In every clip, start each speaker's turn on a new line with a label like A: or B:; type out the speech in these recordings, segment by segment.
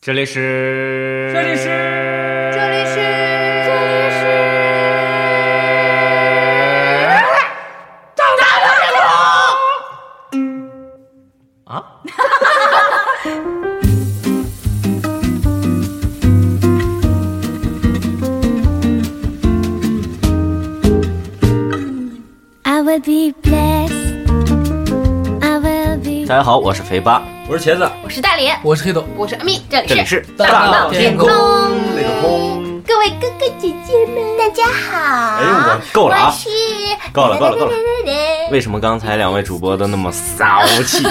A: 这里是，这里是，
B: 这里是，这里是。
C: I will be blessed. I will be
A: 大家好，我是肥八，
D: 我是茄子，
B: 我是大脸，
E: 我是黑豆，
B: 我是阿咪，这
A: 这里
B: 里是
A: 是
E: 大闹天宫
D: 那个空，
B: 各位哥哥姐姐们，大家好。
D: 哎呦我
A: 够了啊！
B: 是
A: 够了够了够了
B: 了。
A: 为什么刚才两位主播都那么骚气？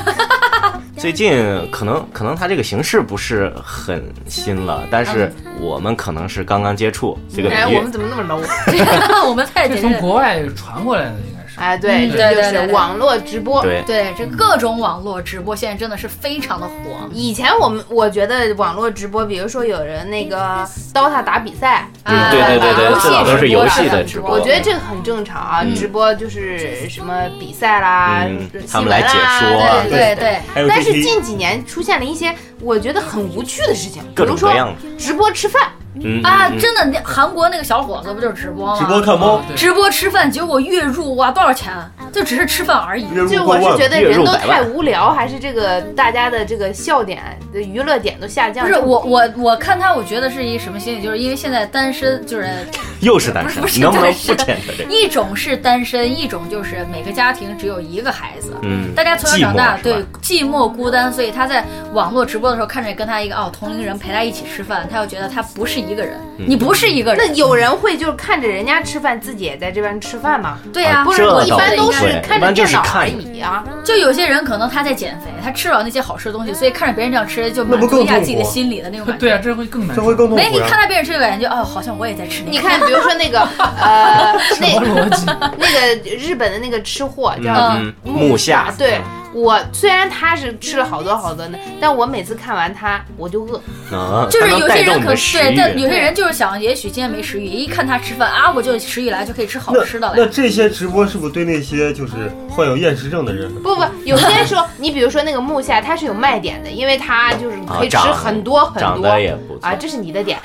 A: 最近可能可能他这个形式不是很新了，但是我们可能是刚刚接触这个
F: 哎，
A: 领
F: 我
A: 域
F: 们。怎么那么 low？
B: 我们菜
E: 这
B: 姐
E: 从
B: 姐，
E: 国外传过来的应该是。
F: 哎，对，
B: 嗯对
F: 这就
B: 对对
F: 是
B: 对
F: 网络直播。
A: 对
B: 对这各种网络直播现在真的是非常的火。
F: 以前我们我觉得网络直播，比如说有人那个 DOTA 打比赛，
A: 嗯，
F: 啊
A: 对对对对，最早都是游戏的直播。
F: 我觉得这个很正常啊。
A: 嗯
F: 直播就是什么比赛啦
A: 嗯，
F: 就是
A: 他们来解
F: 新闻
A: 说
F: 啦
A: 啊
F: 对
B: 对
F: 对
B: 对，
D: 还有
F: 但是
D: JT
F: 近几年出现了一些我觉得很无趣的事情，比
A: 各种
F: 如说
A: 各样的
F: 直播吃饭，
A: 嗯
B: 啊，
A: 嗯嗯
B: 真的，那韩国那个小伙子不就是直播吗？
D: 直播看猫，
E: 对
B: 直播吃饭，结果月入哇多少钱？啊就只是吃饭而已。
D: 月入
F: 就
D: 过
F: 我是
D: 万
F: 觉得
A: 月入
F: 人都
A: 百万
F: 太无聊，还是这个大家的这个笑点、的娱乐点都下降。
B: 不是我我我看他，我觉得是一什么心理？就是因为现在单身，就是
A: 又是单身
B: 不是，
A: 能不能
B: 单
A: 不
B: 身
A: 牵扯这个？
B: 一种是单身，一种就是每个家庭只有一个孩子。
A: 嗯，
B: 大家从小长大，
A: 寂寞是吧
B: 对寂寞孤单，所以他在网络直播的时候，看着跟他一个哦同龄人陪他一起吃饭，他又觉得他不是一个人，你不是一个
F: 那
B: 人，
F: 有人会就是看着人家吃饭，自己也在这边吃饭吗？
B: 对呀、
A: 啊
B: 不
F: 不
B: 是
F: 是，
A: 这
B: 我
F: 我
A: 倒
B: 觉得
F: 一般
B: 应
F: 都
B: 该
A: 不会
F: 是看
A: 一般就
F: 着电
A: 是
F: 脑
A: 看
F: 而
A: 一
F: 已啊。
B: 就有些人可能他在减肥，他吃不了那些好吃的东西，所以看着别人这样吃，就
D: 那
B: 满
D: 不
B: 足一
D: 更痛
B: 下
D: 苦
B: 自己的心理的那种感觉。
E: 对啊，这会更难
D: 这
E: 受。
D: 会更痛
B: 没
D: 苦
B: 你看
D: 呀。
B: 到别人吃，感觉哦，好像我也在吃那个。
F: 你看，比如说 那个呃，
E: 什么
F: 那
E: 逻辑？
F: 那个日本的那个吃货叫
A: 嗯，嗯木下
F: 啊，对我虽然他是吃了好多好多呢，但我每次看完他我就饿。
A: 啊，
B: 就是
A: 它能
B: 有
A: 带
B: 些
A: 动
B: 人
A: 你
B: 可
A: 的食
B: 对，
A: 欲
B: 但有些人就是想，也许今天没食欲，一看他吃饭啊，我就食欲来就可以吃好吃的
D: 那那
B: 了。
D: 这些直播是不是对那些就是患有厌食症的人？
F: 不不，有些时候你比如说那个木下，他是有卖点的，因为他就是可以吃
A: 啊长
F: 很多很
A: 长
F: 多
A: 得也不错
F: 啊，这是你 的点，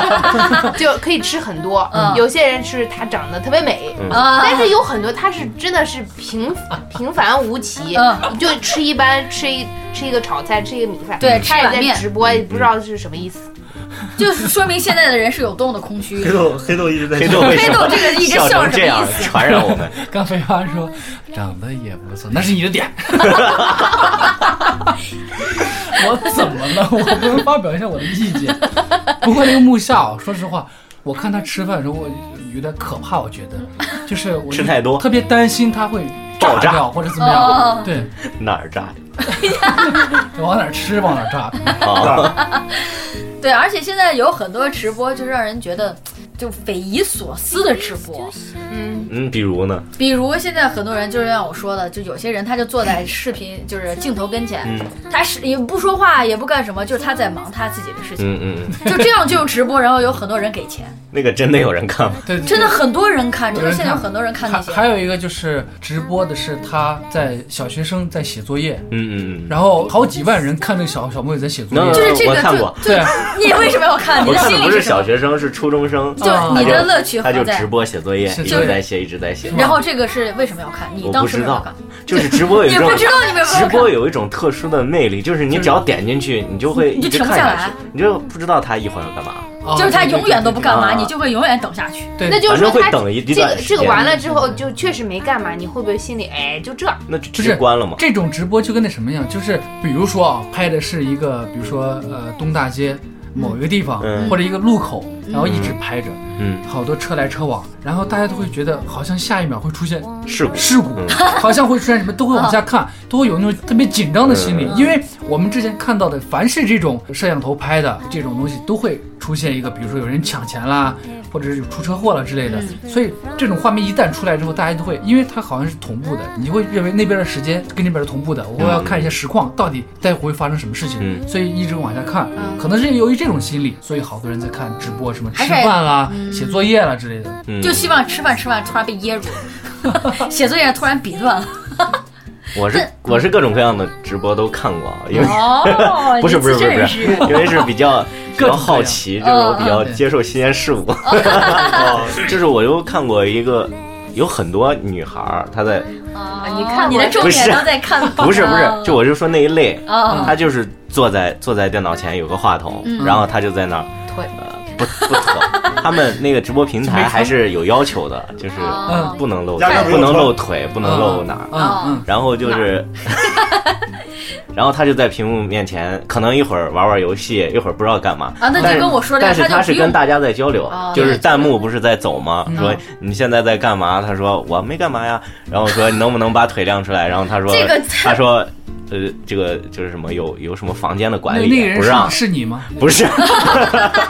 F: 就可以吃很多。
B: 嗯
F: 有些人是他长得特别美，
A: 嗯
B: 啊
F: 但是有很多他是真的是平平凡无奇，
B: 嗯
F: 就吃一般吃一吃一个炒菜，吃一个米饭，
B: 对吃
F: 他
B: 碗
F: 也
B: 面
F: 在直播，也不知道是什么意思。
B: 就是说明现在的人是有多么的空 虚
D: 黑。豆黑豆一直在
A: 黑豆为
B: 黑
A: 什
B: 豆
A: 么
B: 这个一直
A: 笑
B: 笑
A: 成
B: 是
A: 这
B: 什么
A: 样
B: 意思？
A: 传染我们？
E: 刚肥话说长得也不错，那是你的点。 我怎么了？我不能发表一下我的意见。不过那个木下哦，说实话，我看他吃饭的时候，我有点可怕，我觉得，就是我
A: 吃太多
E: 特别担心他会
A: 爆炸
E: 掉或者怎么
B: 哦
E: 样。对，
A: 哪儿炸？
E: 往哪儿吃往哪儿炸。
A: 啊，
B: 对，而且现在有很多直播，就让人觉得就匪夷所思的直播。
F: 嗯，
A: 嗯，比如呢？
B: 比如现在很多人就是像我说的，就有些人他就坐在视频就是镜头跟前，
A: 嗯
B: 他是也不说话，也不干什么，就是他在忙他自己的事情。
A: 嗯嗯嗯，
B: 就这样就有直播，然后有很多人给钱，
A: 那个真的有人看吗？
E: 对，
B: 真的很多人看，真的
E: 有人看
B: 现在有很多人看那
E: 还
B: 些。
E: 还有一个就是直播的是他在小学生在写作业，
A: 嗯嗯嗯，
E: 然后好几万人看那个小小朋友在写作业。
B: 就是这
A: 我
B: 个
A: 看
B: 就
A: 过
B: 就
E: 对，啊
B: 你为什么要看？你
A: 我
B: 的
A: 看
B: 心
A: 的
B: 理
A: 不
B: 是
A: 是
B: 什么
A: 小？学生，是初中生。
B: 就你的乐趣
A: 他
B: 何
A: 就
B: 在
A: 直？播写作业，
E: 是
A: 一
B: 就是
A: 直在写，一直在写。
B: 然后这个是为什么要看？你
A: 我
B: 当
A: 不
B: 时为
A: 知
B: 什么要
A: 道
B: 看？，
A: 就是直播有一
B: 也
A: 种
B: 不知道你为什么
A: 直
B: 要看
A: 播。有一种特殊的魅力，就是你只要点进去，你就会
B: 你就
A: 一直
B: 停不
A: 看
B: 下
A: 下
B: 来
A: 去，你就不知道他一会儿要干嘛，
E: 哦
B: 就是他永远都不干嘛，
A: 啊
B: 你就会永远等下去。
E: 对，
F: 那就是
A: 反正
F: 说
A: 会
F: 他
A: 等一
F: 这
A: 段
F: 个
A: 时
F: 这个
A: 间
F: 完了之后就确实没干嘛，你会不会心里哎就这？
A: 那就
E: 就
A: 直
E: 是
A: 接关了嘛。
E: 这种直播就跟那什么一样，就是比如说啊，拍的是一个，比如说呃东大街某一个地方、
A: 嗯
E: 或者一个路口，然后一直拍着，
A: 嗯，
E: 好多车来车往，然后大家都会觉得好像下一秒会出现
A: 是不是？
E: 事故，
A: 嗯
E: 好像会出现什么，都会往下看，都会有那种特别紧张的心理，
A: 嗯
E: 因为我们之前看到的，凡是这种摄像头拍的这种东西，都会出现一个，比如说有人抢钱啦，或者是有出车祸了之类的，所以这种画面一旦出来之后，大家都会，因为它好像是同步的，你就会认为那边的时间跟这边是同步的，我要看一下实况，到底待会会发生什么事情，
A: 嗯
E: 所以一直往下看，
F: 嗯
E: 可能是由于这种心理，所以好多人在看直播，什么
B: 还
E: 吃
B: 是
E: 饭啦、写作业啦之类的。
A: 嗯
B: 就希望吃饭吃饭突然被噎住，写作业突然笔断了。
A: 我是我是各种各样的直播都看过，因为，
B: 哦
A: 不是
B: 你
A: 不是不
B: 自
A: 是不
B: 认
A: 是
B: 识，
A: 因为 是比较比
E: 各
A: 较
E: 种各
A: 好
E: 样
A: 奇，就是我比较
E: 嗯嗯
A: 接受新鲜事物。
D: 啊，
A: 就是我又看过一个，有很多女孩儿，她在
B: 啊
F: 你看
B: 你
F: 过
B: 的重
A: 不
B: 点
A: 是
B: 都在看，
A: 不是不是，就我就说那一类，
E: 嗯
B: 啊，
A: 她就是坐在坐在电脑前有个话筒，
B: 嗯
A: 然后她就在那儿
E: 嗯
F: 腿
A: 呃不不妥，他们那个直播平台还是有要求的，就是
B: 哦
A: 不能露
D: 压根儿
A: 不
D: 不用
A: 能
D: 穿
A: 露腿，不能露哪儿，
E: 嗯嗯，
A: 然后就是， 然后他就在屏幕面前，可能一会儿玩玩游戏，一会儿不知道干嘛。
B: 啊那就
A: 但是
B: 跟我说的
A: 但是
B: 他就
A: 他是
B: 不用
A: 跟大家在交流，
F: 哦
A: 就是
B: 对嗯
A: 弹幕不是在走吗？说你现在在干嘛？他说我没干嘛呀。然后说你能不能把腿亮出来？然后他说
B: 这个
A: 他说。呃，这个就是什么有有什么房间的管
E: 那那个
A: 理
E: 人
A: 不
E: 是
A: 让，
E: 是你吗？
A: 不是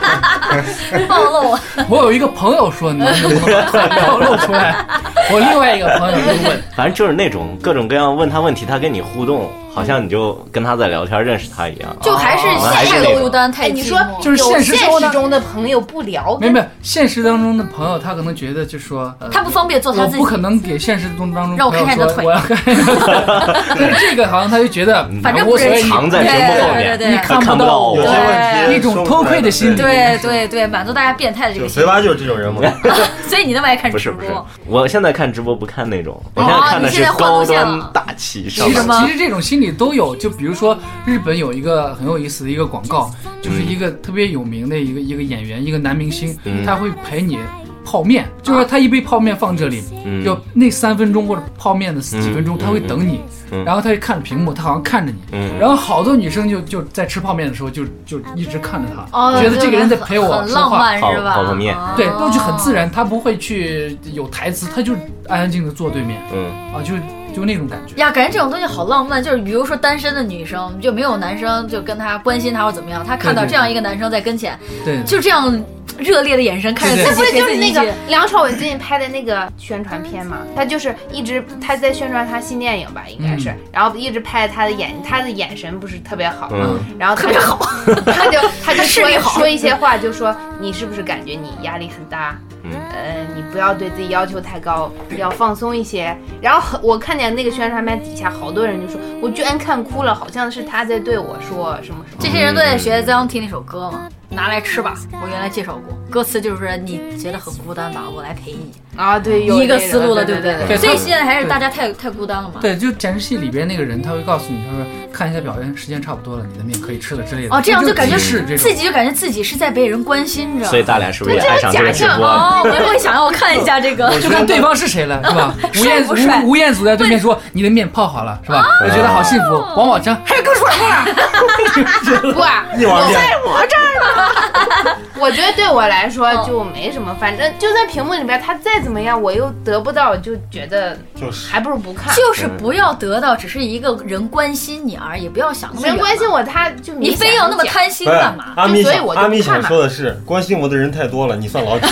B: 暴露了，
E: 我有一个朋友说，能 不能把腿给我露出来？我另外一个朋友就问，
A: 反正就是那种各种各样问他问题，他跟你互动，好像你就跟他在聊天，认识他一样。
B: 就还是
A: 哦还是
B: 太
A: 那种
B: 孤单
F: 哎，
B: 太
F: 你
B: 寂
F: 说
B: 寞
E: 就是
F: 有
E: 现实
F: 现
E: 生活
F: 实
E: 当
F: 中的朋友不聊，
E: 没有没有，现实当中的朋友他可能觉得就说，呃
B: 他不方便做他
E: 我
B: 自
E: 不可
B: 己，
E: 能给现实中当中
B: 让我
E: 朋友
B: 看看你的
E: 说
B: 腿
E: 我要看看你的腿， 但是这个好像他就觉得
B: 反正
E: 无
B: 不
E: 所
B: 认
E: 谓，
B: 识，
A: 藏在屏幕后面
B: 对对对
E: 你
B: 对
E: 看
A: 看不
E: 不到
A: 到
E: 我
D: 有些问题
E: 一种偷窥的心理
B: 对对对，满足大家变态的这
D: 就
B: 个
D: 肥
B: 心
D: 娃就是这种人嘛。
B: 理，所以你那么爱看
A: 不
B: 直
A: 是不
B: 播
A: 是，我现在看直播不看那种，我
B: 哦
A: 现在看的
B: 你现
A: 是
B: 在换
A: 高
B: 路线
A: 端
B: 了
A: 大气上
E: 其
B: 啊是
E: 实
A: 来。
B: 吗
E: 其实这种心理都有，就比如说日本有一个很有意思的一个广告，就是一个特别有名的一个一个演员，一个男明星，
A: 嗯
E: 他会陪你泡面，就是说他一杯泡面放这里，
A: 嗯
E: 就那三分钟或者泡面的几分
A: 嗯
E: 钟，他会等你，
A: 嗯
E: 然后他会看着屏幕，他好像看着你，
A: 嗯
E: 然后好多女生就就在吃泡面的时候就就一直看着他，
B: 哦，
E: 觉得这个人在陪我
B: 很
E: 说
B: 浪
E: 话
B: 漫
A: 泡
B: 是吧？
A: 泡泡面
B: 哦
E: 对，都就很自然，他不会去有台词，他就安安静静地坐对面
A: 嗯，
E: 啊，就就那种感觉。
B: 呀，感觉这种东西好浪漫，就是比如说单身的女生，就没有男生就跟她关心她或怎么样，她看到
E: 对对
B: 这样一个男生在跟前，
E: 对，
B: 就这样热烈的眼神看着
E: 对
B: 自
E: 对
B: 己，给
F: 不是就
B: 自
F: 是
B: 己
F: 那
B: 一
F: 个
B: 句
F: 梁朝伟最近拍的那个宣传片嘛？
B: 嗯
F: 他就是一直他在宣传他新电影吧，应该是，
E: 嗯
F: 然后一直拍他的眼，他的眼神不是特别好，
A: 嗯
F: 然后特别好， 他就他就说说一些话，就说你是不是感觉你压力很大？
A: 嗯
F: 呃，你不要对自己要求太高，要放松一些。然后很我看见那个宣传片底下好多人就说，我居然看哭了，好像是他在对我说什么什么。
B: 这些人都在学曾听那首歌嘛，拿来吃吧。我原来介绍过，歌词就是你觉得很孤单吧，我来陪你，
F: 啊，对，有
B: 一个
F: 这
B: 思路了，
F: 对
B: 不对？
E: 对
B: 所以
E: 对
B: 现在还是
E: 对
B: 大家太太孤单了嘛。
E: 对，就展示器里边那个人，他会告诉你，他说看一下表，嗯，时间差不多了，你的面可以吃了之类的。
B: 哦，这样就感觉
E: 是这
B: 自
E: 种。
B: 己就感觉自己是在被人关心着。
A: 所以大脸是不是也爱上这个直播啊了？
B: 哦，我 也会想要看一下这个。
E: 就看对方是谁了，是吧？吴
B: 帅
E: 彦
B: 不帅
E: 吴吴彦祖在对面说：“你的面泡好了，是吧？”我觉得好幸福。
B: 哦
E: 王宝强，嘿，
F: 不啊，
D: 一碗面，
F: 我觉得对我来说
B: 嗯
F: 就没什么，反正就在屏幕里边，他再怎么样，我又得不到，就觉得
D: 就是
F: 还不如不看。
B: 就是不要得到，只是一个人关心你而已，不要想那么
F: 人
B: 远
F: 关心
B: 嘛，
F: 我，他就明
B: 你
F: 显
B: 非要那么
F: 不讲
B: 贪心
D: 不是
B: 干嘛？
D: 阿咪
F: 就所以
D: 想
F: 我就
D: 阿咪
F: 不看
D: 想
F: 嘛
D: 说的是，关心我的人太多了，你算老几？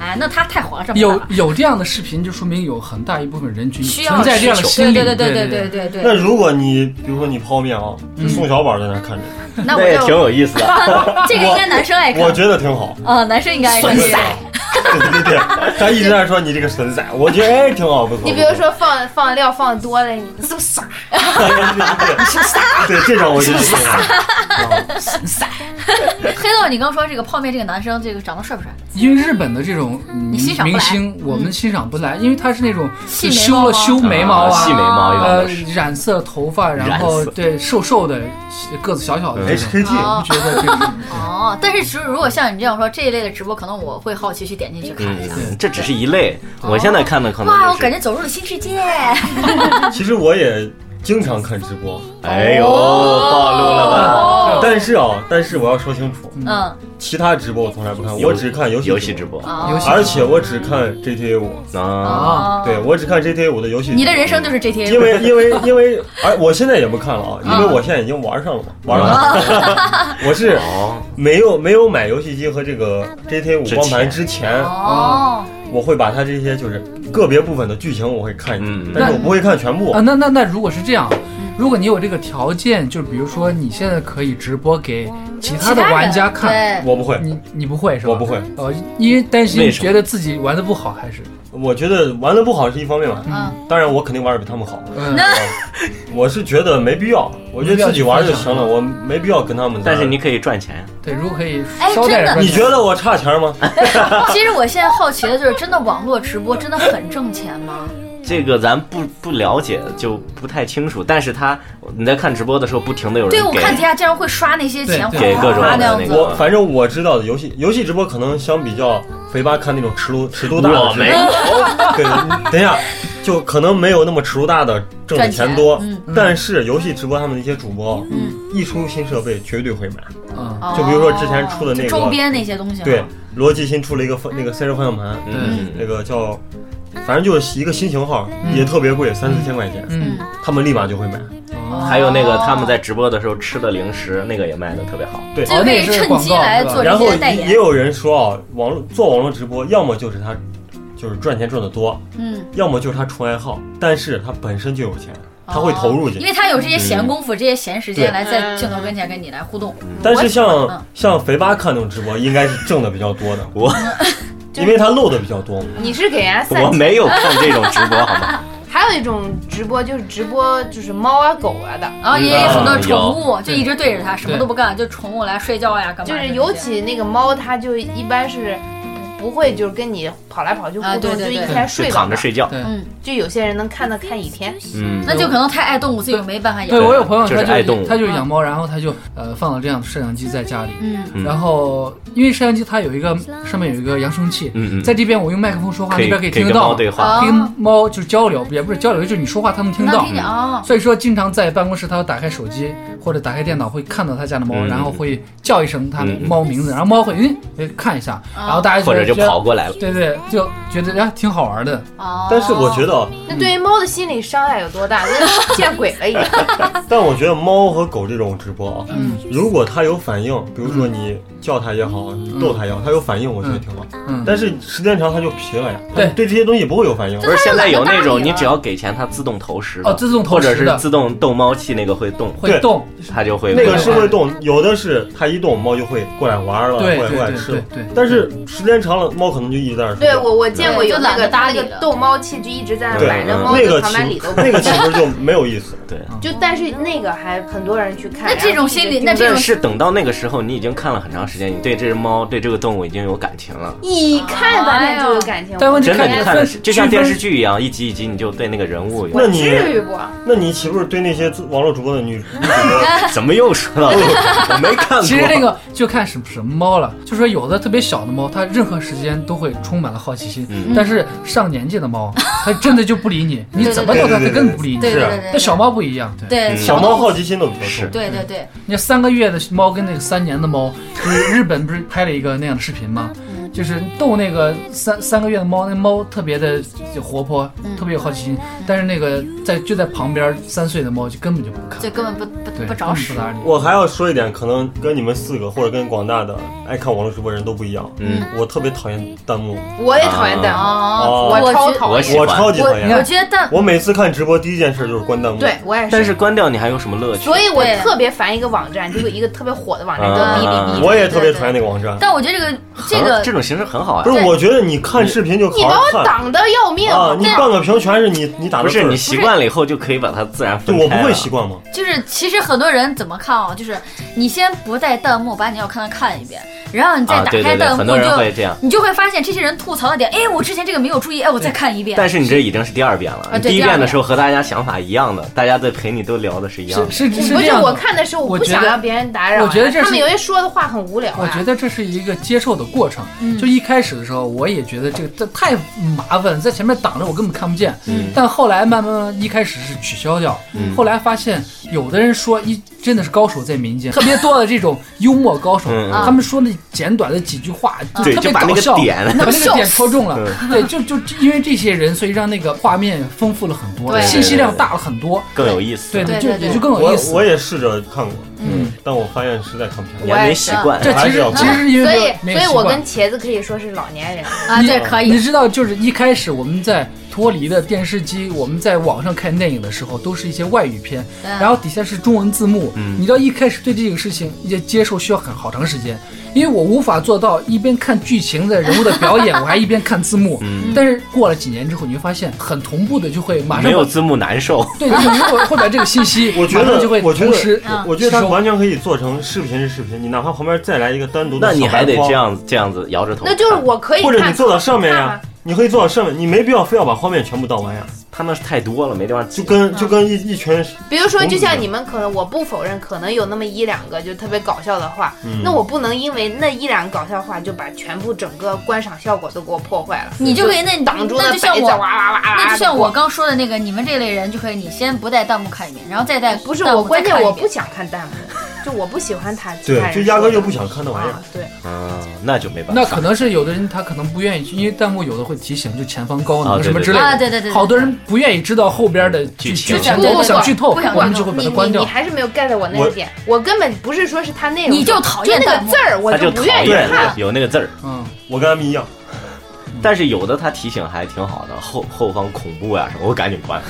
B: 哎，那他太皇上不干
E: 有
B: 了
E: 有这样的视频，就说明有很大一部分人群
B: 需要
E: 存在这样的
B: 需求
E: 心理。
B: 对对对
E: 对
B: 对对对
D: 那
B: 对。
D: 如果你比如说你泡面啊，
F: 嗯
D: 宋小宝在那看着，
B: 那我
A: 那也挺
B: 就
A: 有意思 的。
B: 这个应该男生
F: 哎
B: 爱看
D: 我，觉得挺好。
B: 呃，男生应该爱看
D: 神
B: 这个。
D: 仔，对对对，咱一直在说你这个神仔，我觉得哎挺好，不错。
F: 你比如说放放料放多了，你是不是傻？
D: 对这种我觉得挺好。
B: 黑豆，你刚说这个泡面这个男生，这个长得帅不帅？
E: 因为日本的这种嗯
B: 你欣赏不
E: 明
B: 来
E: 星，我们欣赏不来，因为他是那种
B: 细
E: 就
B: 眉
E: 修
B: 毛
E: 了
B: 吗
E: 修眉毛
A: 啊细眉毛一般
E: 呃
A: 都是，
E: 染色头发，然
A: 染
E: 后
A: 色哎
E: 对瘦瘦的，呃个子小小的这种，
D: HKT
B: 哦
E: 我觉得 这种。
B: 哦，但是只如果像你这样说这一类的直播，可能我会好奇去点进去看一下。
A: 嗯，这只是一类，我现在看的可
B: 哦哇，
A: 能
B: 我
A: 就
B: 感
A: 是，
B: 觉走入了新世界。
D: 其实我也经常看直播，
A: 哎呦，暴露了吧？
B: 哦
D: 但是啊，但是我要说清楚，
B: 嗯，
D: 其他直播我从来不看，我只看游戏
A: 游戏直，播
B: 哦
E: 游戏
D: 而且我只看 GTA 五，
A: 啊，
E: 啊
D: 对我只看 GTA 五的游戏。
B: 你的人生就是 GTA。
D: 因为因为因为，而我现在也不看了
B: 嗯
D: 啊，因为我现在已经玩上了嘛，
B: 哦
D: 玩上了。 我是
A: 哦，
D: 没有没有买游戏机和这个 GTA 五光盘之前，
B: 哦，
E: 嗯
D: 我会把它这些就是个别部分的剧情我会看一
A: 嗯
D: 遍，但是我不会看全部
B: 嗯
E: 啊，。那那那如果是这样，如果你有这个条件，就比如说你现在可以直播给其他的玩家看，
B: 对，
D: 我不会，
E: 你你不会是吧？
D: 我不会，
E: 呃，因为担
A: 为
E: 心
A: 什么
E: 觉得自己玩的不好，还是
D: 我觉得玩的不好是一方面嘛，
B: 嗯，
D: 当然我肯定玩的比他们好。
E: 嗯，
D: 我是觉得没必要，我觉得自己玩就行了，我没必要跟他们在。
A: 但是你可以赚钱，
E: 对，如果可以
B: 哎
E: 捎带
B: 真
E: 着
B: 的
E: 赚
D: 你
E: 钱
D: 觉得我差钱吗？
B: 其实我现在好奇的就是，真的网络直播真的很挣钱吗？
A: 这个咱不不了解就不太清楚。但是他你在看直播的时候，不停的有
B: 对，
A: 人
B: 我
A: 给
B: 看底下经常会刷那些钱，
E: 对对
B: 哗哗哗那样
A: 给各种的那
B: 子
A: 个。
D: 我反正我知道的游戏游戏直播可能相比较肥八看那种尺度尺度大的
A: 我
D: 直播，
A: 没有，
D: 对，等一下，就可能没有那么尺度大的挣的钱多，
B: 赚钱
A: 嗯
D: 但是游戏直播他们那些主播，
B: 嗯
D: 一出新设备绝对会买。
E: 嗯，
B: 哦
D: 就比如说之前出的那个
B: 就周边那些东西，
D: 对，，罗技新出了一个方那个赛车方向盘，
A: 嗯，
D: 那个叫，反正就是一个新型号，
B: 嗯
D: 也特别贵，三四千块钱，
E: 嗯
D: 他们立马就会买。
B: 嗯
E: 哦
A: 嗯还有那个他们在直播的时候吃的零食，那个也卖的特别好。
D: 对，啊
B: 这就可以
E: 哦那也是
B: 趁
E: 广
B: 机
E: 告
B: 来
E: 是吧
B: 做
D: 然
B: 这
D: 后
B: 些代
D: 也也
B: 言。
D: 有人说啊，网络做网络直播，要么就是他就是赚钱赚的多，
B: 嗯，
D: 要么就是他纯爱好，但是他本身就有钱，他会投入进
B: 哦因
D: 去。
B: 为他有这些闲工夫、这些闲时间
D: 嗯对
B: 来在镜头跟前跟你来互动。
D: 但
B: 我
D: 是
B: 也喜欢
D: 像
B: 嗯
D: 像肥八看那种直播，应该是挣的比较多的，
A: 我
D: 因为他露的比较多嘛。
F: 你是给人家散
A: 我
F: 钱。
A: 没有看这种直播，好 吗？
F: 还有一种直播就是直播就是猫啊狗啊的，
B: 然后也有很多
A: 嗯
B: 宠物，就一直对着他，什么
E: 对
B: 都不干，就宠物来睡觉呀，干嘛
F: 就
B: 的这
F: 是
B: 些？
F: 尤其那个猫，它就一般是不会就是跟你跑来跑去互动，
B: 啊对对
F: 就一
B: 对
F: 直在
A: 就
F: 睡
A: 躺
F: 吧
A: 着。睡觉。
E: 对
B: 嗯，
F: 就有些人能看到看一天，
A: 嗯，
B: 那就可能太爱动物，自己没办法
E: 对
B: 养。
E: 我有朋友
A: 就
E: 他
A: 是爱动物
E: 就他就养猫，然后他就呃放了这样的摄像机在家里，
B: 嗯，
A: 嗯
E: 然后因为摄像机它有一个上面有一个扬声器，
A: 嗯嗯嗯
E: 在这边我用麦克风说话，
A: 可
E: 那
A: 以
E: 边可以
A: 可以
E: 听得
A: 跟
E: 到哦
A: 猫
E: 嘛，
A: 对话。
B: 啊
E: 跟猫就是交流，也不是交流，就是你说话他能听
B: 那
E: 到
B: 听。见啊，
E: 所以说，经常在办公室，他要打开手机或者打开电脑，会看到他家的猫，
A: 嗯
E: 然后会叫一声他的
A: 嗯嗯
E: 猫名字，然后猫会嗯哎看一下，然后大家
A: 或者就
E: 觉得
A: 跑，过来了，
E: 对对，就觉得呀挺好玩的。
B: 哦
D: 但是我觉得啊，
F: 那对于猫的心理伤害有多大？那见鬼了已经。
B: 啊
D: 但我觉得猫和狗这种直播啊，
E: 嗯
D: 如果它有反应，比如说
B: 嗯
D: 你叫它也好，逗它也好，它有反应，我觉得挺好。
E: 嗯，
D: 但是时间长它就皮了呀，它
E: 对
D: 对这些东西不会有反应了。
A: 不是现在有那
B: 它有
A: 种
B: 懒得搭理
A: 你
B: 了
A: 只要给钱，它自动投食的
E: 啊哦，自动投
A: 或者
E: 食
A: 是
E: 的
A: 自动逗猫器那个会动，
E: 会
D: 对
E: 动，
A: 它就会
D: 那个是会动，有的是它一动猫就会过来玩儿了，
E: 对
D: 过来
E: 对
D: 过来
E: 对
D: 吃
E: 对
D: 了。
E: 对
D: 但是时间长了，猫可能就一直在那儿睡
F: 对
D: 觉
F: 我我见过
B: 对
F: 有那
B: 就懒得
F: 个
B: 搭理
F: 那
B: 了
F: 个逗猫器就一直在那
D: 对
F: 摆着，
A: 嗯
F: 猫
D: 那
F: 就
D: 个
F: 躺
D: 岂
F: 在里头
D: 不。 那个岂不是就没有意思？
A: 对。
F: 就但是那个还很多人去看。
B: 那这
F: 然后
B: 种心理，
F: 就
B: 那这
A: 但
B: 种
A: 是等到那个时候，你已经看了很长时间，你对这只猫、对这个动物已经有感情了。
F: 你看咱
B: 哎
F: 俩
B: 呀
F: 就有感情，
E: 但问题
A: 真的，你看的是
E: 分
A: 就像
E: 区分
A: 电视剧一样，一集一集你就对那个人物有。
D: 那
F: 至
D: 你
F: 于不？
D: 那你岂不是对那些网络主播的女女主播？
A: 怎么又说到这个？ 我没看过。
E: 其实那个就看什么什么猫了，就说有的特别小的猫，它任何时间都会充满了好奇心，
A: 嗯
E: 但是上年纪的猫，它真的就不理你，你怎么逗它，它
D: 对对对对
E: 更不理你。
B: 对对
D: 是啊
B: 对对，
E: 那小猫不一样，对，
B: 对
A: 嗯
D: 小猫
B: 动物
D: 好奇心都比较重
A: 是。
B: 对对对，
E: 你看三个月的猫跟那个三年的猫，就是日本不是拍了一个那样的视频吗？
B: 嗯
E: 就是逗那个三三个月的猫，那猫特别的活泼，
B: 嗯
E: 特别有好奇心，但是那个在就在旁边三岁的猫就根本就不看，
B: 就根本不不
E: 对，
B: 不找
E: 根
B: 使
E: 本不。搭理你。
D: 我还要说一点，可能跟你们四个或者跟广大的爱看网络直播人都不一样。
A: 嗯，
D: 我特别讨厌弹幕，
F: 我也讨厌弹幕，
B: 哦，
D: 啊
B: 我
F: 超
B: 觉
F: 讨
A: 我
F: 厌。
A: 喜欢
D: 我超级讨
E: 你看
D: 厌。
B: 我觉得
D: 我每次看直播第一件事就是关弹幕。
F: 对，我也
A: 但
F: 是。
A: 是关掉你还有什么乐趣？
F: 所以我
B: 对
F: 特别烦一个网站，就是一个特别火的网站叫
A: 啊
F: 哔
B: 嗯
F: 哩哔哩。
D: 嗯我也特别讨厌那个啊网站。
B: 但我觉得这个这
A: 好
B: 个
A: 这种形式很好啊
D: 不
A: 呀。
D: 是，我觉得你看视频就
F: 你
D: 好
F: 把
D: 好
F: 我
D: 看
F: 挡得要命，
D: 啊啊！你半个屏全是你你打
A: 不
D: 的字
A: 是
D: 儿
A: 你，习惯了以后就可以把它自然
D: 对
A: 分开
D: 我不会
A: 了
D: 习惯吗？
B: 就是其实很多人怎么看啊？就是你先不带弹幕把你要看的看一遍，然后你再
A: 啊，
B: 打
A: 对对
B: 开
A: 对，
B: 弹
A: 很
B: 幕
A: 多
B: 就
A: 人会这样。
B: 你就会发现这些人吐槽的点，哎，我之前这个没有注意，哎，我再看一遍。
A: 但是你这已经是第二遍了，
B: 啊
A: 你
B: 对
A: 第一
B: 第二
A: 遍的
B: 遍
A: 时候和大家想法一样的，大家在陪你都聊的是一样的。
E: 是是是
F: 不
E: 这
F: 是
E: 样的。
F: 我看的时候，
E: 我
F: 不
E: 觉
F: 想
E: 得
F: 让别人打扰
E: 我
F: 啊。
E: 觉得这是
F: 他们有些说的话很无聊啊。
E: 我觉得这是一个接受的过程。就一开始的时候，我也觉得这个这太麻烦了，在前面挡着我根本看不见。但后来慢慢慢，一开始是取消掉，后来发现有的人说一真的是高手在民间，特别多的这种幽默高手，
A: 嗯
E: 他们说那简短的几句话就
A: 对
E: 特别
A: 就把那
E: 搞
A: 个
E: 笑，
A: 点
E: 把那个点戳中了。
A: 嗯
E: 对，就就因为这些人，所以让那个画面丰富了很多，
B: 对
E: 信息量大了很多。
A: 更有意思。
E: 对
B: 对
E: 就
B: 对对
E: 也就更有
D: 我
E: 意思。
D: 我也试着看过，
E: 嗯，
D: 但我发现实在看不下
A: 你
D: 去。
A: 还
F: 我
A: 没
F: 也
A: 习
F: 是啊
A: 惯。
E: 这其实
D: 我还是
E: 其
D: 要
E: 实是因为
F: 所
E: 没有
F: 以，
E: 没
F: 所
E: 有
F: 以
E: 习
F: 我
E: 惯
D: 哦
F: 跟茄子可以说是老年人。
B: 啊，这可
E: 嗯你
B: 以。
E: 知道，就是一开始我们在脱离的电视机，我们在网上看电影的时候，都是一些外语片，
B: 对
E: 然后底下是中文字幕。
D: 嗯
E: 你知道一开始对这个事情也接受需要很好长时间，因为我无法做到一边看剧情的人物的表演，我还一边看字 幕。
D: 嗯
E: 但是过了几年之后，你会发现很同步的，就会
D: 啊
E: 马
A: 没
E: 上
A: 有
E: 把
A: 字幕难受。
E: 对，就是如果会把这个信 息，
D: 我觉
E: 马上
D: 得
E: 就会
D: 我觉得
E: 同时
B: 嗯
D: 我觉得它
E: 吸收
D: 完全可以做成视频是视频，你哪怕旁边再来一个单独的
A: 那你
D: 小白
A: 还得
D: 框
A: 这，样这样子摇着头看。
F: 那就是我可以
D: 或者你
F: 看
D: 坐到上面
F: 看
D: 呀
F: 吧，
D: 你可以坐到上面，你没必要非要把画面全部倒完呀，
A: 他们是太多了，没地方
D: 就跟就跟一一群
F: 比如说，就像你们可能，我不否认，可能有那么一两个就特别搞笑的话，
D: 嗯
F: 那我不能因为那一两个搞笑话就把全部整个观赏效果都给我破坏了。
B: 你就可以那
F: 挡住
B: 那
F: 那
B: 就像
F: 白
B: 我
F: 字哇哇哇哇，
B: 那就像我刚说的那个，你们这类人就可以，你先不带弹幕看一遍，然后再带
F: 不是
B: 弹幕
F: 我，关
B: 再
F: 键
B: 看一
F: 我
B: 遍
F: 不想看弹幕， 就我不喜欢他其他
D: 对，
F: 人
D: 就
F: 说的
D: 压根就不想看那玩意
F: 啊
D: 儿。，
F: 对，
A: 嗯，那就没办法。
E: 那可能是有的人他可能不愿意去，因为弹幕有的会提醒，就前方高
A: 啊
E: 能
A: 对
E: 什么之类
B: 啊，
E: 的。
B: 对对对，对
E: 好多人不愿意知道后边的
A: 剧
E: 剧
A: 情
E: 情，
B: 对对对
E: 不想剧透，
B: 不想
E: 我们
B: 剧
E: 就
B: 透
E: 会把
F: 你
E: 它
F: 你
E: 关
F: 你
E: 掉。
F: 还是没有 get 我那
D: 我
F: 一点，我根本不是说是他内容，
B: 你就讨厌
F: 就那
B: 弹
F: 个
B: 幕
F: 字儿，我
A: 他就
F: 不
A: 讨
F: 愿意
A: 厌
F: 看。
A: 有那个字儿，
E: 嗯，
D: 我跟他们一样，嗯
A: 但是有的他提醒还挺好的，后后方恐怖呀、什么，我赶紧关。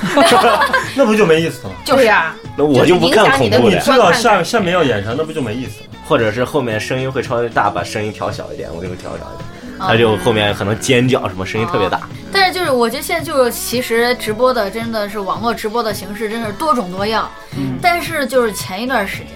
D: 那不就没意思了？
B: 就是
F: 对啊呀，
A: 那我
F: 就是
A: 就不看恐
F: 影响
A: 怖的
F: 你
D: 你
F: 的
A: 呀，
D: 知道下下面要演啥，那不就没意思了？
A: 或者是后面声音会超级大，把声音调小一点，我就会调小一点。
B: 啊
A: 他就后面可能尖叫什么，声音特别大。
B: 但是就是我觉得现在就是其实直播的真的是网络直播的形式真是多种多样，
F: 嗯
B: 但是就是前一段时间。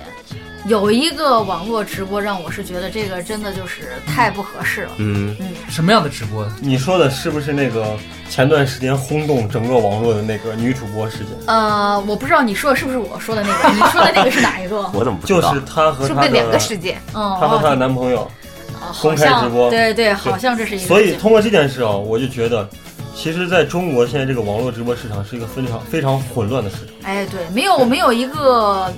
B: 有一个网络直播让我是觉得这个真的就是太不合适了，
A: 嗯，
E: 什么样的直播？
D: 你说的是不是那个前段时间轰动整个网络的那个女主播事件？
B: 呃，我不知道你说的是不是我说的那个，你说的那个是哪 一个？
A: 我怎么不知
D: 就
A: 道？
D: 是她和
F: 是
D: 她
F: 不是
D: 的
F: 两个世界？
B: 嗯，
D: 她和她的
B: 哦
D: 男朋友，
B: 好
D: 公开直
B: 像
D: 播
B: 对对，好像这是一个。
D: 所以通过这件事啊，我就觉得，其实在中国现在这个网络直播市场是一个非常非常混乱的市场。
B: 哎，对，没有没有一个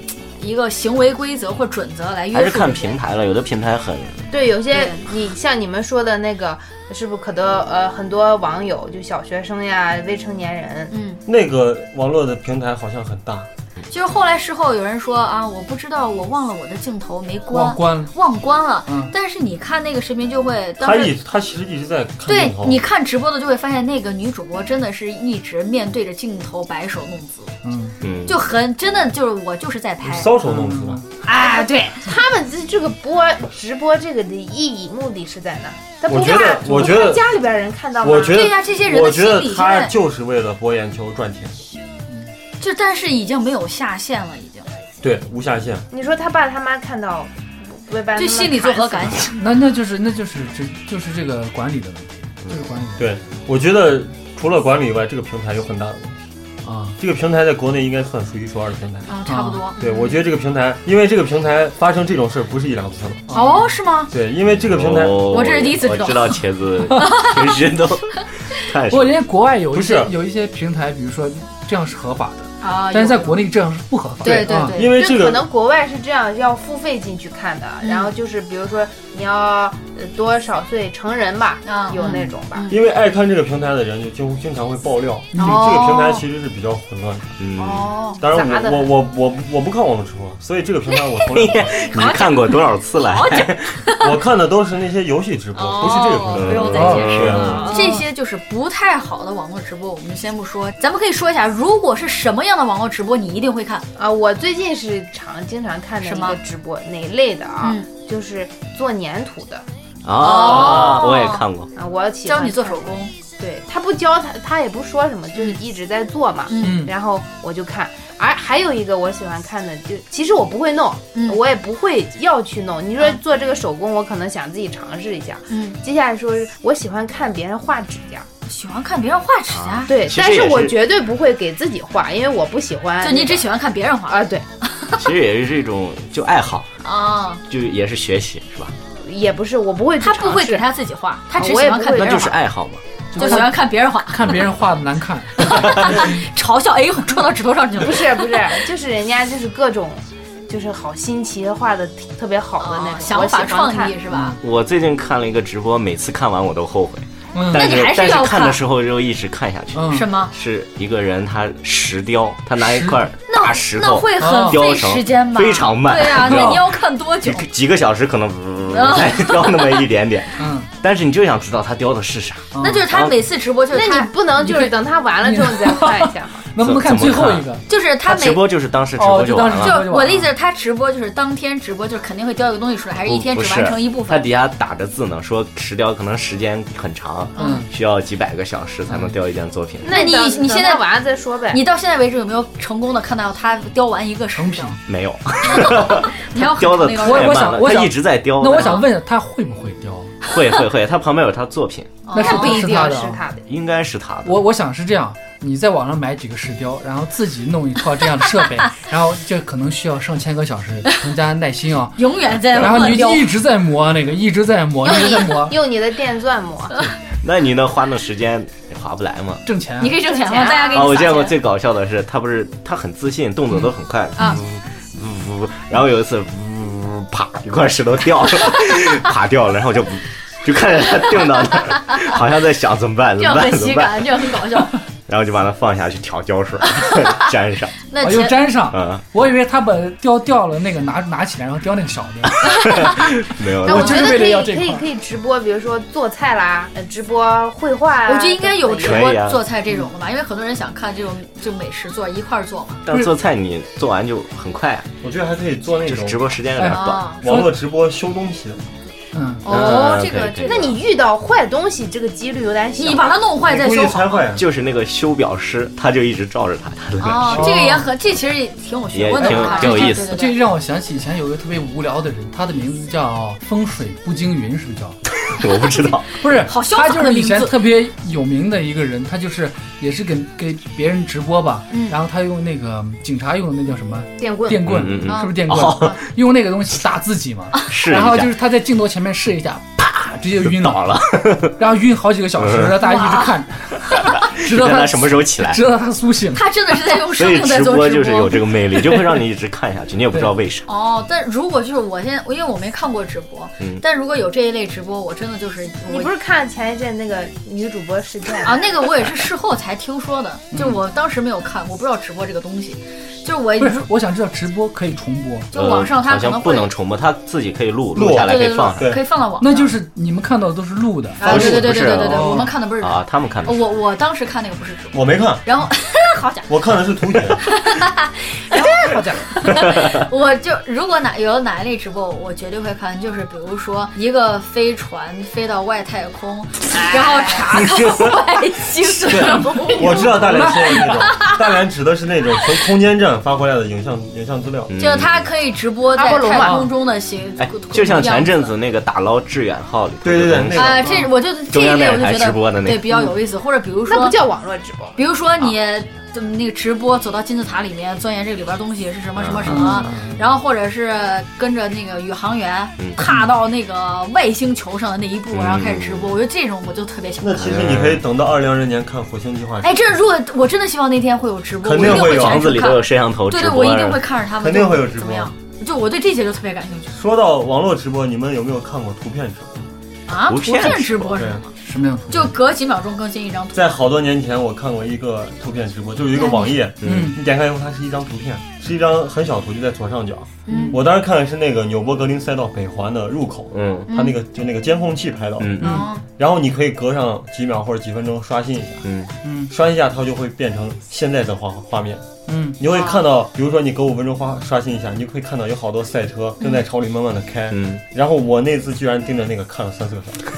B: 一个行为规则或准则来约束。
A: 还是看平。台了，有的平台很
F: 对，有些
B: 对
F: 你像你们说的那个，是不是可多呃很多网友就小学生呀、未成年人，
B: 嗯，
D: 那个网络的平台好像很大，
B: 就是后来事后有人说啊，我不知道，我忘了我的镜头没关，
E: 忘关了。
B: 忘关了。
E: 嗯
B: 但是你看那个视频就会，
D: 她
B: 当
D: 一
B: 时
D: 她其实一直在看
B: 对
D: 镜头。
B: 你看直播的就会发现，那个女主播真的是一直面对着镜头摆手弄姿，
E: 嗯，
A: 嗯，
B: 就很真的就是我就是在
D: 你
B: 拍。
D: 搔首弄姿吧，
B: 啊，对，
F: 他们这这个播直播这个的意义目的是在哪？他不
D: 我觉
F: 怕
D: 得，我
F: 不
D: 觉
F: 怕
D: 得
F: 家里边人看到吗？
D: 我觉
B: 嗯
D: 得
B: 对呀这些人的
D: 我觉得
B: 心理现
D: 她
B: 在
D: 就是为了博眼球赚钱，
B: 就但是已经没有下限了，已经
D: 对，无下限。
F: 你说他爸他妈看到，不会把他
B: 就
F: 们
B: 心里作何
F: 砍
B: 感
F: 死吗？
B: 想？
E: 那那就是那就是这就是这个管理的问题，就是管理
D: 对，我觉得除了管理以外，这个平台有很大的问题。
E: 的啊。
D: 这个平台在国内应该算数一数二的平台。
B: 啊，差不多。
D: 对，我觉得这个平台，因为这个平台发生这种事儿不是一两次了。
B: 哦，是吗？
D: 对，因为这个平台，
A: 哦
B: 我这是第一次知
A: 我
B: 道
A: 知道茄子 平时都太
E: 不过人家国外有一些
D: 不是
E: 有一些平台，比如说这样是合法的，
B: 啊，
E: 但是在
B: 有
E: 国内这样是不合法的。
B: 对对
E: 啊
B: 对，
D: 因为这
F: 就可
D: 个
F: 能国外是这样，要付费进去看的，
B: 嗯
F: 然后就是比如说你要呃多少岁成人吧，
B: 啊
F: 有那种吧。
D: 因为爱看这个平台的人就经经常会爆料，这个
B: 哦
D: 这个平台其实是比较混乱的。
A: 嗯，
B: 哦，
D: 当然
F: 咋的
D: 我，我我我不我不看网络直播，所以这个平台我从来不看
A: 你看过多少次来？
D: 我看的都是那些游戏直播，不是这个平
B: 哦不
D: 台。啊
B: 用再解释了。这些就是不太好的网络直播，我们就先不说。咱们可以说一下，如果是什么样的网络直播，你一定会看。
F: 啊，我最近是常经常看的
B: 什
F: 一
B: 么
F: 个直播哪类的啊，
B: 嗯
F: 就是做粘土的
A: 啊，
B: 哦
A: 我也看过，
F: 啊，我喜欢
B: 教你做手
F: 看
B: 工，
F: 对他不教他，他也不说什么，就是一直在做嘛。
E: 嗯
F: 然后我就看，而还有一个我喜欢看的，就其实我不会弄，
B: 嗯
F: 我也不会要去弄。你说做这个手工，我可能想自己尝试一下。
B: 嗯，
F: 接下来说，我喜欢看别人画指甲，
B: 喜欢看别人画指甲，
F: 对，
A: 其实
F: 但
A: 也
F: 我
A: 是
F: 绝对不会给自己画，因为我不喜欢。
B: 就你只喜欢看别人画
F: 啊？对，
A: 其实也是一种就爱好，
B: 啊。
A: 就也是学习，是吧？
F: 也不是，我不会去
B: 他
F: 尝试。
B: 不会给他自己画，他只
F: 我
B: 喜
F: 也
B: 欢
F: 不
B: 看
F: 会
B: 别
A: 那
B: 人
A: 就是啊
B: 画，
A: 爱好嘛。
B: 就喜欢看别人画，
E: 看别人画的难 看，
B: 嘲笑，哎呦，戳到指头上去了
F: 不。是不是，就是人家就是各种，就是好新奇，画的特别好的那种，
B: 啊想法
F: 我喜欢
B: 创
F: 看
B: 意是吧？
A: 我最近看了一个直播，每次看完我都后悔，
E: 嗯
A: 但
B: 那你还是
A: 但
B: 要
A: 是
B: 看
A: 的时候就一直看下去。
E: 嗯
B: 是吗？
A: 是一个人他石雕，他拿一块
B: 那
A: 大石
B: 那
A: 头
B: 会很
E: 啊
A: 雕
B: 费
A: 成
B: 时间吧？
A: 非常慢
B: 对呀，啊
A: 你知
B: 那啊
A: 道
B: 你要看多久
A: 呃几？几个小时可能才雕那么一点点，
E: 嗯，
A: 但是你就想知道他雕的是啥，
B: 那就是他每次直播就是
F: 那
B: 他
F: 你不能就是等他完了之后 你再看一下吗？
E: 能不能看
A: 怎
E: 最
A: 么
E: 后
A: 看
E: 一个？
B: 就是
A: 他
B: 他每
A: 啊直播啊就是当时直播就完
E: 哦就当时
A: 了。
E: 直播
B: 就是我的意思是，他直播就是当天直播，就是肯定会雕一个东西出来，还是一天
A: 不
B: 只
A: 是
B: 完成一部
A: 它
B: 分？
A: 底下打着字呢，说石雕可能时间很长，
E: 嗯
A: 需要几百个小时
B: 嗯
A: 才能雕一件作品。
B: 那你
F: 等
B: 你现在
F: 等他完了再说呗。
B: 你到现在为止有没有成功的看到他雕完一个石
E: 成品
B: 像？
A: 没有，
B: 你还有很
A: 雕
B: 长
A: 的
B: 的一
A: 太
B: 段
E: 我
B: 时
E: 我
B: 间
A: 慢
E: 想
A: 了，
E: 我
A: 他
E: 想
A: 一直在雕。
E: 那我想问他会不会啊雕？
A: 会会会，他旁边有他作品，
E: 那是
F: 那不一
E: 是
F: 定
E: 他的
F: 是
E: 啊
F: 他的，
A: 应该是他的。
E: 我我想是这样，你在网上买几个石雕，然后自己弄一套这样的设 备，然后这可能需要上千个小时，更加耐心啊、
B: 永远 在
E: 然后你
B: 雕
E: 就。一直在磨那个，一直在磨，一直在 磨，
F: 用你的电钻磨。
A: 那你那花那时间划不来吗？
E: 挣钱啊。
B: 你可以挣钱
F: 挣钱
B: 吗？
F: 啊
B: 大家给你
A: 啊，我
B: 撒
A: 见过
B: 钱
A: 最搞笑的是，他不是他很自信，动作都很快，嗯
B: 啊
A: 呜呜呜，然后有一次呜，啪，一块石头 掉了，啪掉了，然后就就看着他定到那儿，好像在想怎么办，
B: 这
A: 怎么办，
B: 样
A: 怎
B: 很
A: 么
B: 喜
A: 办，
B: 感，这样很 搞笑。
A: 然后就把它放下去 调胶水，粘上，
B: 那
E: 哦又
B: 前
E: 粘上，
A: 嗯
E: 我以为他把雕掉了那个拿拿起来，然后雕那个小 的。
A: 没有，
F: 但
E: 我
F: 我
E: 就
F: 觉
E: 是
F: 得可
E: 为了
F: 以
E: 要
F: 可
E: 这块
F: 以
E: 儿
F: 可以直播，比如说做菜啦，呃，直播绘画啊。
B: 我觉得应该有直
A: 可以
B: 播
A: 啊
B: 做菜这种的吧，因为很多人想看这种就美食做一块儿做嘛。
A: 但做菜你做完就很快啊，
D: 我觉得还可以做那
A: 就是直
D: 种
A: 播时间有点短。
B: 啊，
D: 网络直播修东西，
E: 嗯，
B: 哦，这
A: 可
B: 个
A: 以可
B: 这
A: 以
B: 个，
F: 那你遇到坏东西，这个几率有点小。
B: 你把它弄坏再
D: 估计
B: 修好
D: 拆坏呀。
A: 就是那个修表师，他就一直照着他，他在那儿
B: 哦，这个也很，这其实也挺有学问的
A: 也挺
B: 吧，
A: 挺有意
B: 对
A: 思
B: 对
E: 这
B: 对
E: 让我想起以前有一个特别无聊的人，他的名字叫风水不经云，是不是叫？
A: 修我不知道，
E: 不是，
B: 好潇洒
E: 他
B: 的
E: 就是以前
B: 名字
E: 特别有名的一个人，他就是也是给给别人直播吧，
B: 嗯
E: 然后他用那个警察用的那叫什么
F: 电棍，
E: 电棍，
A: 嗯嗯嗯
E: 是不是电棍？
A: 哦
E: 用那个东西打自己嘛，
A: 试一
E: 然后就
A: 下
E: 是他在镜头前面试一下，啪，直接
A: 就
E: 晕
A: 倒
E: 了，
A: 了，
E: 然后晕好几个小时，
A: 嗯
E: 然后大家一直看， 直到
A: 看
E: 他
A: 他什么时候起来。
E: 直到他苏醒。
B: 他真的是在 用
A: 所
B: 生
A: 以
B: 命在
A: 直
B: 做
A: 播
B: 直
A: 就是有这个 魅力，就会让你一直看下去，你也不知道为啥。
B: 哦，但如果就是我现在，因为我没看过直播，
A: 嗯
B: 但如果有这一类直播，我真的就是
F: 你
B: 我
F: 不是看前一阵那个女主播事件
B: 啊，？那个我也是事后才听说的，就是我当时没有看，我不知道直播这个东西，就是我
E: 不是，我想知道直播可以重播，
B: 就网上他
A: 呃好
B: 可
A: 像
B: 能
A: 不
B: 会
A: 能重播，他自己可以录，
D: 录
A: 录下来
B: 对
A: 可以
B: 对对
A: 放上
B: 对，可以放到网上，
E: 那就是你们看到的都是录的，
B: 啊，对对对对对对对，哦
E: 哦
B: 我们看的不是直播
A: 啊。他们看的是
B: 我我当时看那个不是直播，
D: 我没看，
B: 然后好家
D: 我看的是图片。
E: 好家伙，
B: 伙，我就如果哪有哪一类直播，我绝对会看，就是比如说一个飞船飞到外太空，
F: 哎
B: 然后查看外星生 物。
D: 我知道大连说的那种，大连指的是那种从空间站发过来的影像影像资料。
A: 嗯
B: 就是他可以直播在
F: 阿波罗
B: 太
F: 嘛
B: 空中的行，
A: 哎，就像前阵子那个打捞致远号里头
D: 对对
A: 的
D: 对
A: 东西
D: 那个
B: 啊，这我就这
A: 中
B: 一
A: 央
B: 类我
A: 电视台
B: 就觉
A: 直播的
B: 得
A: 那个
B: 对比较有意思，或者比如
F: 嗯那不
B: 说，
F: 叫网络直播，
B: 比如说你怎么那个直播走到金字塔里面钻研这里边东西是什么
A: 嗯
B: 什么什
A: 啊
B: 么，
E: 嗯
B: 然后或者是跟着那个宇航员
A: 嗯
B: 踏到那个外星球上的那一步，
A: 嗯
B: 然后开始直播，我觉得这种我就特别喜
D: 那
B: 欢。
D: 其实你可以等到二零二零年看火星计划，
B: 哎，这如果我真的希望那天会有直播，我
D: 肯
B: 一
D: 定
B: 定
D: 会
B: 会
D: 有
B: 全
A: 房子
B: 程
A: 里都
B: 看
A: 有。摄像头
B: 对
A: 直
B: 对，
A: 播
B: 我一
A: 啊，
B: 定会看着他们，
D: 肯定会有直播
B: 怎么样？就我对这些就特别感兴趣
D: 说到网络直播，你们有没有看过图片直播？啊
B: 啊！
A: 图
B: 图
A: 片
B: 片
A: 直
B: 直
A: 播
B: 播是什么？
E: 什么样的？
B: 就隔几秒钟更新一张图。
D: 在好多年前，我看过一个图片直播，就有一个网页，
E: 嗯
D: 你点开以后，它是一张图片，是一张很小图，就在左上角。
B: 嗯
D: 我当时看的是那个纽伯格林赛道北环的入口，
A: 嗯
D: 它那个就那个监控器拍到的，
A: 嗯
E: 嗯
B: 哦
D: 然后你可以隔上几秒或者几分钟刷新一下，
A: 嗯，
E: 嗯
D: 刷新一下它就会变成现在的画画面。
E: 嗯，
D: 你会看到，比如说你隔五分钟刷刷新一下，你就会看到有好多赛车正在朝里慢慢的开。
A: 嗯，
D: 然后我那次居然盯着那个看了三四个小时，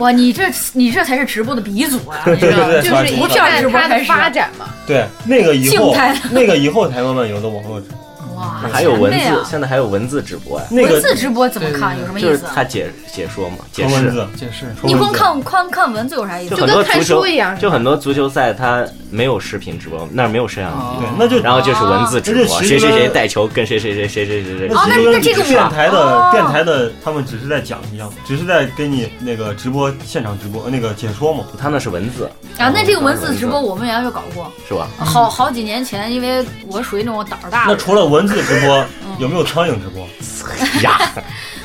B: 哇，你这你这才是直播的鼻祖啊！你知
D: 对
B: 道吗
D: 对对，
F: 就
D: 刷
F: 是
D: 新
F: 一
D: 一
B: 图
D: 下
B: 片
F: 看
B: 直播开
F: 它
B: 始
F: 的发展嘛。
D: 对那个以
B: 静
D: 后
B: 态，
D: 那个以后才慢慢有的网络直播，
B: 哇，
A: 还有文
B: 前辈
A: 字，
B: 啊
A: 现在还有文字直播呀，
D: 那
B: 文字
D: 个
B: 直播怎么看？有
E: 对对对
B: 什么
A: 就
B: 意
A: 是
B: 思
A: 他
B: 啊？
A: 解解说嘛，解
D: 纯文
A: 释。
D: 字，啊
E: 解释。
D: 纯
B: 你光
D: 文字。
B: 看光看文字有啥意思
A: 就？很多
F: 就跟
A: 足
F: 看
A: 球
F: 书一样是吧
A: 就很多足球赛，它没有视频直播，那儿没有摄像
E: 哦
A: 机，
D: 对，那就
A: 然后就是文字直
D: 那就
A: 播，
D: 其
A: 谁
D: 实
A: 谁谁带球跟谁谁谁谁谁谁谁
B: 哦那
D: 其实
B: 那
D: 跟
B: 这个我
D: 电台
B: 哦
D: 的电台的他们只是在讲一样，只是在给你那个直播现场直播呃那个解说嘛。
A: 他那是文字
B: 啊，那这个文字直播我们原来就搞过，
A: 是吧？
B: 好好几年前，因为我属于那种胆儿大
D: 那
B: 的。
D: 除了文字直播，
B: 嗯
D: 有没有苍蝇直播？
A: 呀，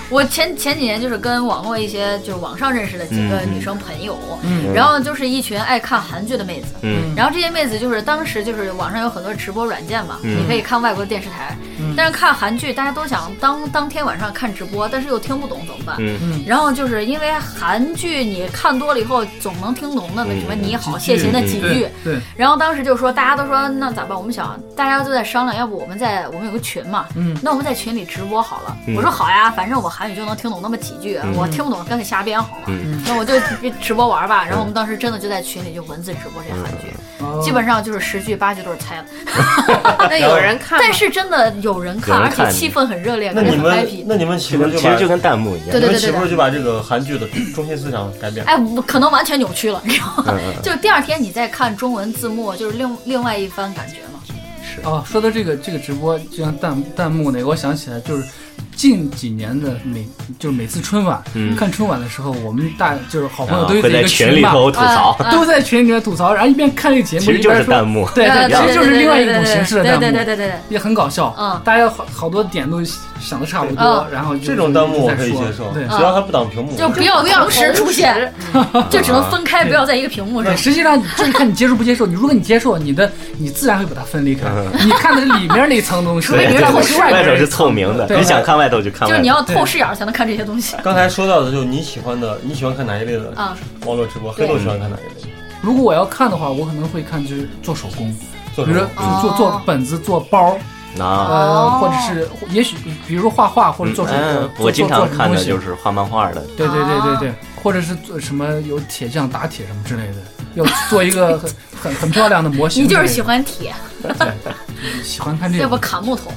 B: 我前前几年就是跟网络一些就是网上认识的几个
A: 嗯嗯
B: 女生朋友，
E: 嗯
B: 然后就是一群爱看韩剧的妹子，
A: 嗯
B: 然后这些妹子就是当时就是网上有很多直播软件嘛，
A: 嗯
B: 你可以看外国电视台，但是看韩剧，大家都想当当天晚上看直播，但是又听不懂怎么办？
A: 嗯
E: 嗯
B: 然后就是因为韩剧你看多了以后，总能听懂那个什么
A: 嗯
B: 你好
E: 几
B: 谢谢
E: 句
B: 那几句
E: 对。对，
B: 然后当时就说，大家都说那咋办？我们想，大家都在商量，要不我们在我们有个群嘛，
E: 嗯
B: 那我们在群里直播好了。
A: 嗯
B: 我说好呀，反正我韩语就能听懂那么几句，我听不懂干脆瞎编好了。
A: 嗯
B: 那我就直播玩吧。然后我们当时真的就在群里就文字直播这韩剧，
E: 哦
B: 基本上就是十句八句都是猜的。
F: 那有人看吗，
B: 但是真的有人看，
A: 有人
B: 而且
A: 看
B: 气氛很热烈，
D: 那
B: 感觉
D: 你
B: 很
D: 们
B: happy。
D: 那你们岂
A: 其
D: 不
A: 实
D: 是就
A: 其
D: 把
A: 实就跟弹幕一样
B: 对，
D: 你
B: 对
D: 们
B: 对
D: 岂
B: 对
D: 不是
B: 对。
D: 就把这个韩剧的中心思想改变？
B: 哎，我可能完全扭曲了，你知道吗？
A: 嗯嗯
B: 就是第二天你再看中文字幕，就是另另外一番感觉嘛。
E: 哦，说到这个这个直播，就像弹弹幕那个，我想起来就是近几年的每就是每次春晚、
A: 嗯
E: 看春晚的时候，我们大就是好朋
A: 然
E: 友
A: 后
E: 都有
A: 会
E: 一
A: 在
E: 个
A: 群里
E: 嘛，
A: 头吐槽，
B: 啊
E: 都在群里面吐槽，然后一边看这个节目，
A: 其实
E: 一
A: 就
E: 边
A: 是
E: 说
A: 弹幕，
E: 对，
B: 呃
E: 对，其实就
B: 对
E: 是
B: 对
E: 另外一
B: 对
E: 种
B: 对
E: 形式的
B: 对
E: 弹
B: 对
E: 幕
B: 对，对对对。
E: 也很搞笑。
B: 嗯
E: 大家好好多点都想的差不多
B: 嗯，
E: 然后就
D: 这种弹幕
E: 就
D: 我
E: 在
D: 可以
E: 说
D: 接受，
E: 对，
D: 只要它不挡屏幕。
B: 啊就不要
F: 不要
B: 同时出现，就只能分开，不要在一个屏幕上
E: 对，。实际上嗯就是看你接受不接受。你如果你接受，你的你自然会把它分离开。你看的是里面那层东西，
A: 对
E: 你
A: 嗯对
E: 看的
A: 对，
E: 是外
A: 外
E: 面
A: 头
E: 那
A: 是
E: 层
A: 透明的，
E: 对
A: 你想看外头就看
E: 啊
B: 就是
A: 外
B: 你
A: 头。
B: 要透视眼儿才能看这些东西
D: 刚才说到的就是你喜欢的，你喜欢看哪一类的
B: 啊。
D: 网络直播？黑豆喜欢看哪一类？
E: 如果我要看的话，我可能会看就是做手工，
D: 做
E: 比
D: 什
E: 如
D: 么
E: 说？
B: 哦
E: 做做本子、做包，
A: 啊，
E: 呃，
B: 哦
E: 或者是也许比如说画画或者做什么
A: 嗯，，
E: 做
A: 我经常看的就。
E: 做做什么东西
A: 是画漫画的，
E: 对对对
B: 啊
E: 对对，或者是做什么有铁匠打铁什么之类的，要做 一个很很很漂亮的模型
B: 你
E: 之类
B: 就
E: 的。
B: 是喜欢铁，
E: 对喜欢看这
B: 要不
E: 个，
B: 砍木头。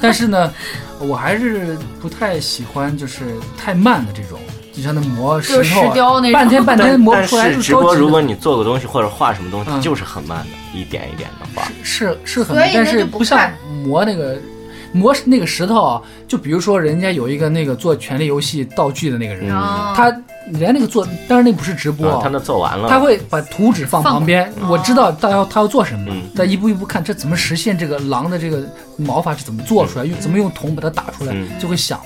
E: 但是呢，我还是不太喜欢就是太慢的这种，就像那磨石
B: 就
E: 头啊
B: 是石雕那种
E: 半天半天
A: 但
E: 磨不
A: 但
E: 出来，
A: 是直
E: 着
A: 播，
E: 急
A: 如
E: 的
A: 果你做个东西或者画什么东西，
E: 嗯
A: 就是很慢的，一点一点的画。
E: 是是很
F: 所
E: 难
F: 以，
E: 但
F: 那
E: 是
F: 就不
E: 不像
F: 看
E: 磨那个磨那个石头啊，就比如说人家有一个那个做《权力游戏》道具的那个人，
F: 哦
A: 嗯，
E: 他连那个做，当然那不是直播
A: 啊
E: 啊，
A: 他那做完了，
E: 他会把图纸放
B: 放
E: 旁边，我知道他要他要做什么
A: 嗯，
E: 再一步一步看这怎么实现这个狼的这个毛发是怎么做出来，用怎么用铜把它打出来
A: 嗯，
E: 就会想。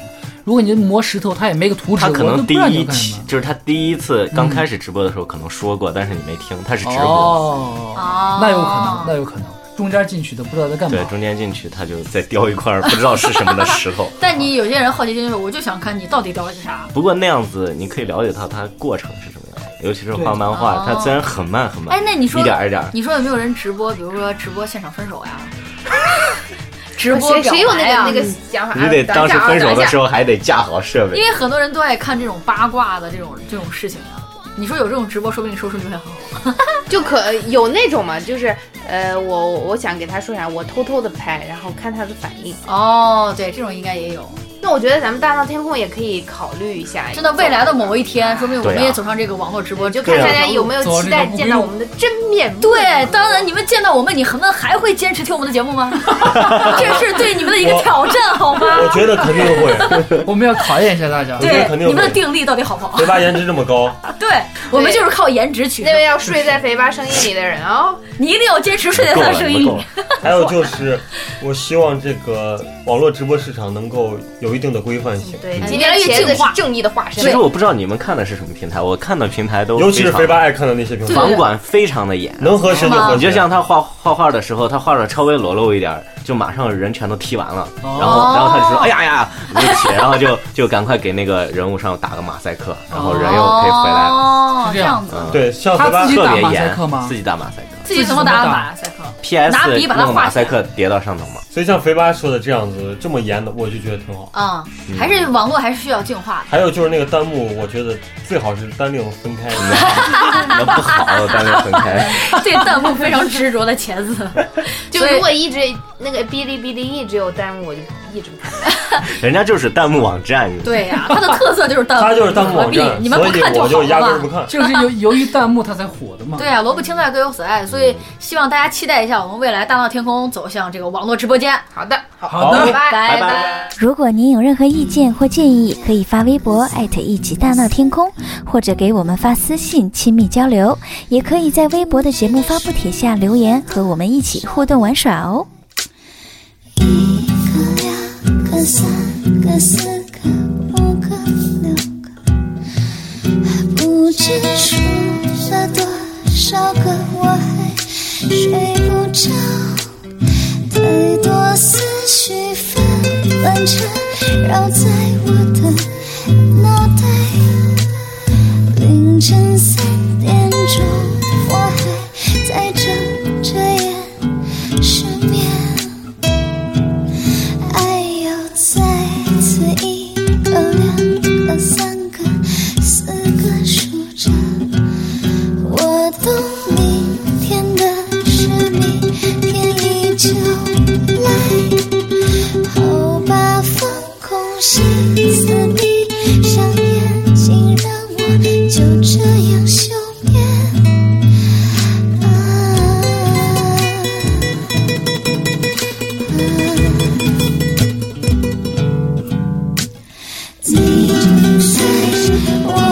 E: 如果你磨石头，他也没个图纸，
A: 他
E: 我
A: 可
E: 都
A: 能
E: 不
A: 第
E: 知道你要
A: 一
E: 干什
A: 期
E: 么。
A: 就是他第一次刚开始直播的时候可能说过，但是你没听，他是直播。
E: 哦，
B: 哦
E: 那有可能，那有可能，中间进去的不知道在干嘛
A: 对，。中间进去他就再雕一块不知道是什么的石头。
B: 但你有些人好奇心就是，我就想看你到底雕了些啥。
A: 不过那样子你可以了解到它过程是什么样的，尤其是画漫画，
B: 对
A: 它虽然很慢很慢，
B: 哦哎，那你说
A: 一点儿一点儿，
B: 你说有没有人直播？比如说直播现场分手呀？ 直播
F: 谁谁有那
B: 表白啊呀
F: 个那个？想
B: 哎
F: 法？啊
A: 你得当时分手的时
F: 候，
A: 候还得架好设
B: 因
A: 备。
B: 为很多人都爱看这种八卦的这种这种事情呀。你说有这种直播，说不定收视率还很好。
F: 就可有那种嘛，就是呃，我我想给他说啥，我偷偷的拍，然后看他的反应。
B: 哦，对，这种应该也有。
F: 那我觉得咱们大闹天空也可以考虑一下，
B: 真的，未来的某一天，说不定我
A: 对啊
B: 们也走上这个网络直播，
F: 就
B: 就
F: 看
A: 对啊
F: 大家有没有期待见到我们的真面目。
B: 对，当然你们见到我们，你们还会坚持听我们的节目吗？这是对你们的一个挑战，好吗？
D: 我觉得肯定会。
E: 我们要考验一下大家。
D: 我觉得
B: 对
D: 肯定
B: 你们的
D: 会
B: 定力到底好不好？
D: 肥八颜值这么高，
B: 对 我们就是靠颜值取胜
F: 那，位要睡在肥八声音里的人哦，
B: 你一定要坚持睡在
A: 够
B: 他
A: 了
B: 的，声
A: 你们
B: 音
A: 够
B: 里
A: 了。。
D: 还有就是，我希望这个网络直播市场能够有一定的规范性，
F: 对，
B: 嗯
F: 今天茄子是正义的化身
A: 其。实我不知道你们看的是什么平台，我看的平台都
D: 尤其
A: 非
D: 是肥
A: 常
D: 八爱看的那些平台，
A: 房管非常的严。
D: 能和谐就和
A: 你就
E: 啊
D: 谐。
A: 像他画画画的时候，他画的稍微裸露一点儿，就马上人全都踢完了，
E: 哦
A: 然后然后他就说哎呀呀，我就起来，然后就就赶快给那个人物上打个马赛克，然后人又哎可以回来了。
B: 哦，
E: 是
B: 这
E: 这样
B: 样子，
A: 嗯，，
D: 对，像肥
E: 他
D: 八
E: 自己
A: 特
E: 打
A: 别
E: 马赛
A: 严
E: 克吗，
A: 自己打马赛克。
B: 自己怎么打马赛克？
A: P.S.
B: 拿笔把它
A: 弄
B: 画
A: 马
B: 起来
A: 赛克叠到上头嘛。
D: 所以像肥八说的这样子这么严的，我就觉得挺好。
B: 啊，还是网络还是需要净化的。
D: 还有就是那个弹幕，我觉得最好是单另分开。
A: 那不好，单位分开。
B: 对弹幕非常执着的茄子，
F: 就如果一直那个哔哩哔哩一直有弹幕，我就一直不看。
A: 人家就是弹幕网站，
B: 对呀，它的特色就是弹幕，
D: 他就是弹幕网站，
B: 你们不
D: 所以
B: 看
D: 我
B: 好
D: 就压根
B: 了
D: 儿不
B: 嘛。
D: 看。
E: 就是由由于弹幕它才火的嘛。
B: 对，啊，萝卜青菜各有所爱，所以希望大家期待一下我们未来大闹天空走向这个网络直播间。
F: 好的，好
E: 好的
F: 拜
B: 拜
F: 拜。
C: 如果您有任何意见或建议，可以发微博艾特一起大闹天空，或者给我们发私信亲密交流，也可以在微博的节目发布帖下留言，和我们一起互动玩耍哦。
G: 个三个四个五个六个，不知数了多少个，我还睡不着，太多思绪盘缠绕在我的脑袋。凌晨三点钟，我还在睁着眼失眠。爱又再次一个、两个、三个、四个数着。我懂明天的事，明天依旧来。好吧，放空心思，闭上眼睛，让我就这样休眠。啊啊。你在我哦